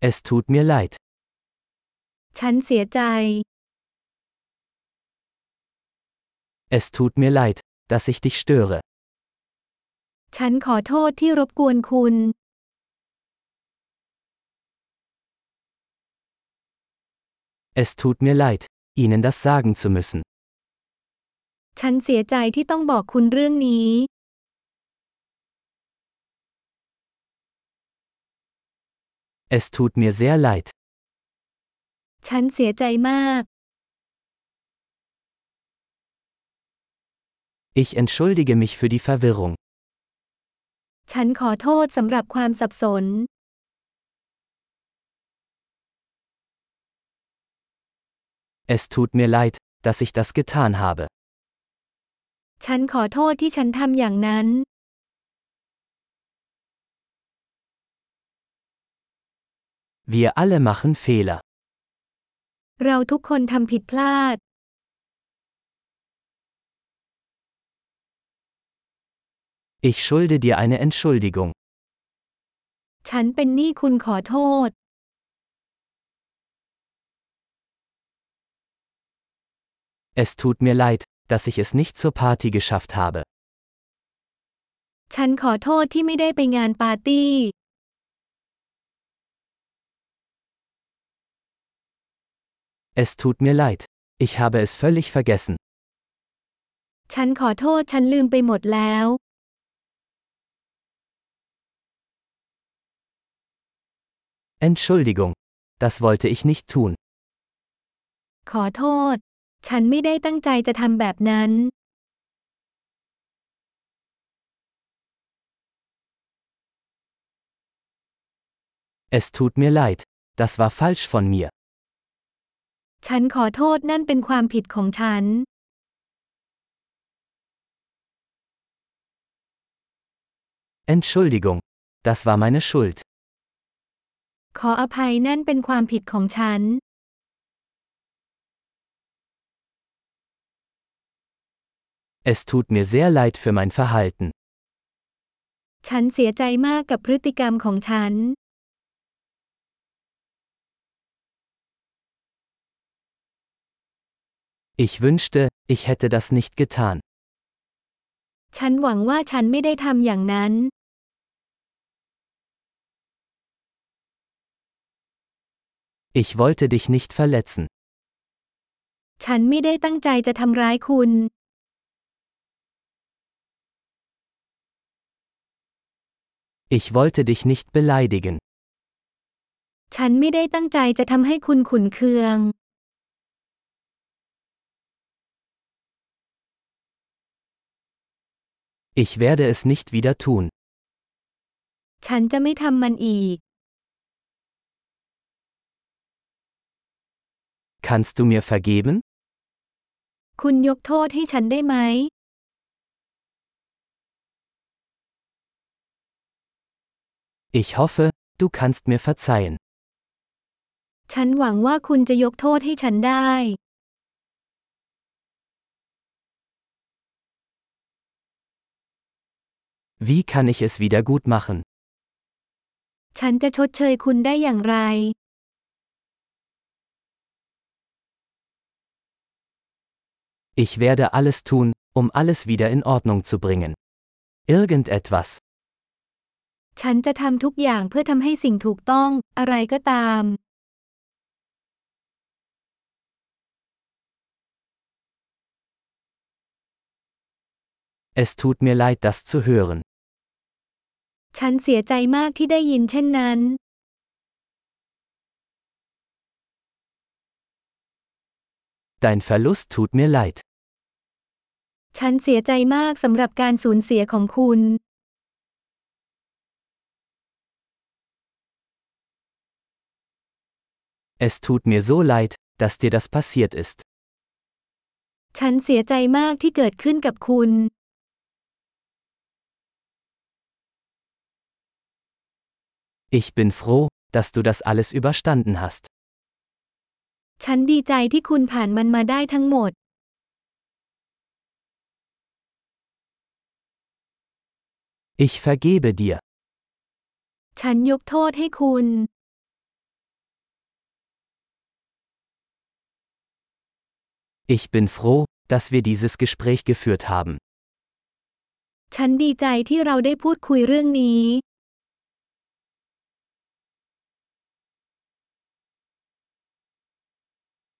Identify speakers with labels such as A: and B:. A: Es tut mir leid.
B: ฉันเสียใจ
A: Es tut mir leid, dass ich dich störe.
B: ฉันขอโทษที่รบกวนคุณ
A: Es tut mir leid, Ihnen das sagen zu müssen.
B: ฉันเสียใจที่ต้องบอกคุณเรื่องนี้
A: Es tut mir sehr leid.
B: ฉันเสียใจมาก
A: Ich entschuldige mich für die Verwirrung.
B: ฉันขอโทษสำหรับความสับสน
A: Es tut mir leid, dass ich das getan habe.
B: ฉันขอโทษที่ฉันทำอย่างนั้น
A: Wir alle machen Fehler.
B: เราทุกคนทำผิดพลาด
A: Ich schulde dir eine Entschuldigung.
B: ฉันเป็นหนี้คุณขอโทษ
A: Es tut mir leid, dass ich es nicht zur Party geschafft habe.
B: ฉันขอโทษที่ไม่ได้ไปงานปาร์ตี้
A: Es tut mir leid. Ich habe es völlig vergessen.
B: ฉันขอโทษฉันลืมไปหมดแล้ว
A: Entschuldigung. Das wollte ich nicht tun.
B: ขอโทษ ฉันไม่ได้ตั้งใจจะทำแบบนั้น
A: Es tut mir leid. Das war falsch von mir.
B: ฉันขอโทษนั่นเป็นความผิดของฉัน
A: Entschuldigung. Das war meine Schuld.
B: ขออภัยนั่นเป็นความผิดของฉัน
A: Es tut mir sehr leid für mein Verhalten.
B: ฉันเสียใจมากกับพฤติกรรมของฉัน
A: Ich wünschte, ich hätte das nicht getan.
B: ฉันหวังว่าฉันไม่ได้ทำอย่างนั้น
A: Ich wollte dich nicht verletzen.
B: ฉันไม่ได้ตั้งใจจะทำร้ายคุณ
A: Ich wollte dich nicht beleidigen.
B: ฉันไม่ได้ตั้งใจจะทำให้คุณขุนเคือง
A: Ich werde es nicht wieder tun.
B: ฉันจะไม่ทำมันอีก
A: Kannst du mir vergeben?
B: คุณยกโทษให้ฉันได้ไหม
A: Ich hoffe, du kannst mir verzeihen.
B: ฉันหวังว่าคุณจะยกโทษให้ฉันได้
A: Wie kann ich es wieder gut machen?
B: ฉันจะชดเชยคุณได้อย่างไร
A: Ich werde alles tun, um alles wieder in Ordnung zu bringen. Irgendetwas.
B: ฉันจะทำทุกอย่างเพื่อทำให้สิ่งถูกต้อง อะไรก็ตาม
A: Es tut mir leid, das zu hören.
B: ฉันเสียใจมากที่ได้ยินเช่นนั้น
A: Dein Verlust tut mir leid.
B: ฉันเสียใจมากสำหรับการสูญเสียของคุณ
A: Es tut mir so leid, dass dir das passiert ist.
B: ฉันเสียใจมากที่เกิดขึ้นกับคุณ
A: Ich bin froh, dass du das alles überstanden hast.
B: ฉันดีใจที่คุณผ่านมันมาได้ทั้งหมด
A: Ich vergebe dir.
B: ฉันยกโทษให้คุณ
A: Ich bin froh, dass wir dieses Gespräch geführt haben.
B: ฉันดีใจที่เราได้พูดคุยเรื่องนี้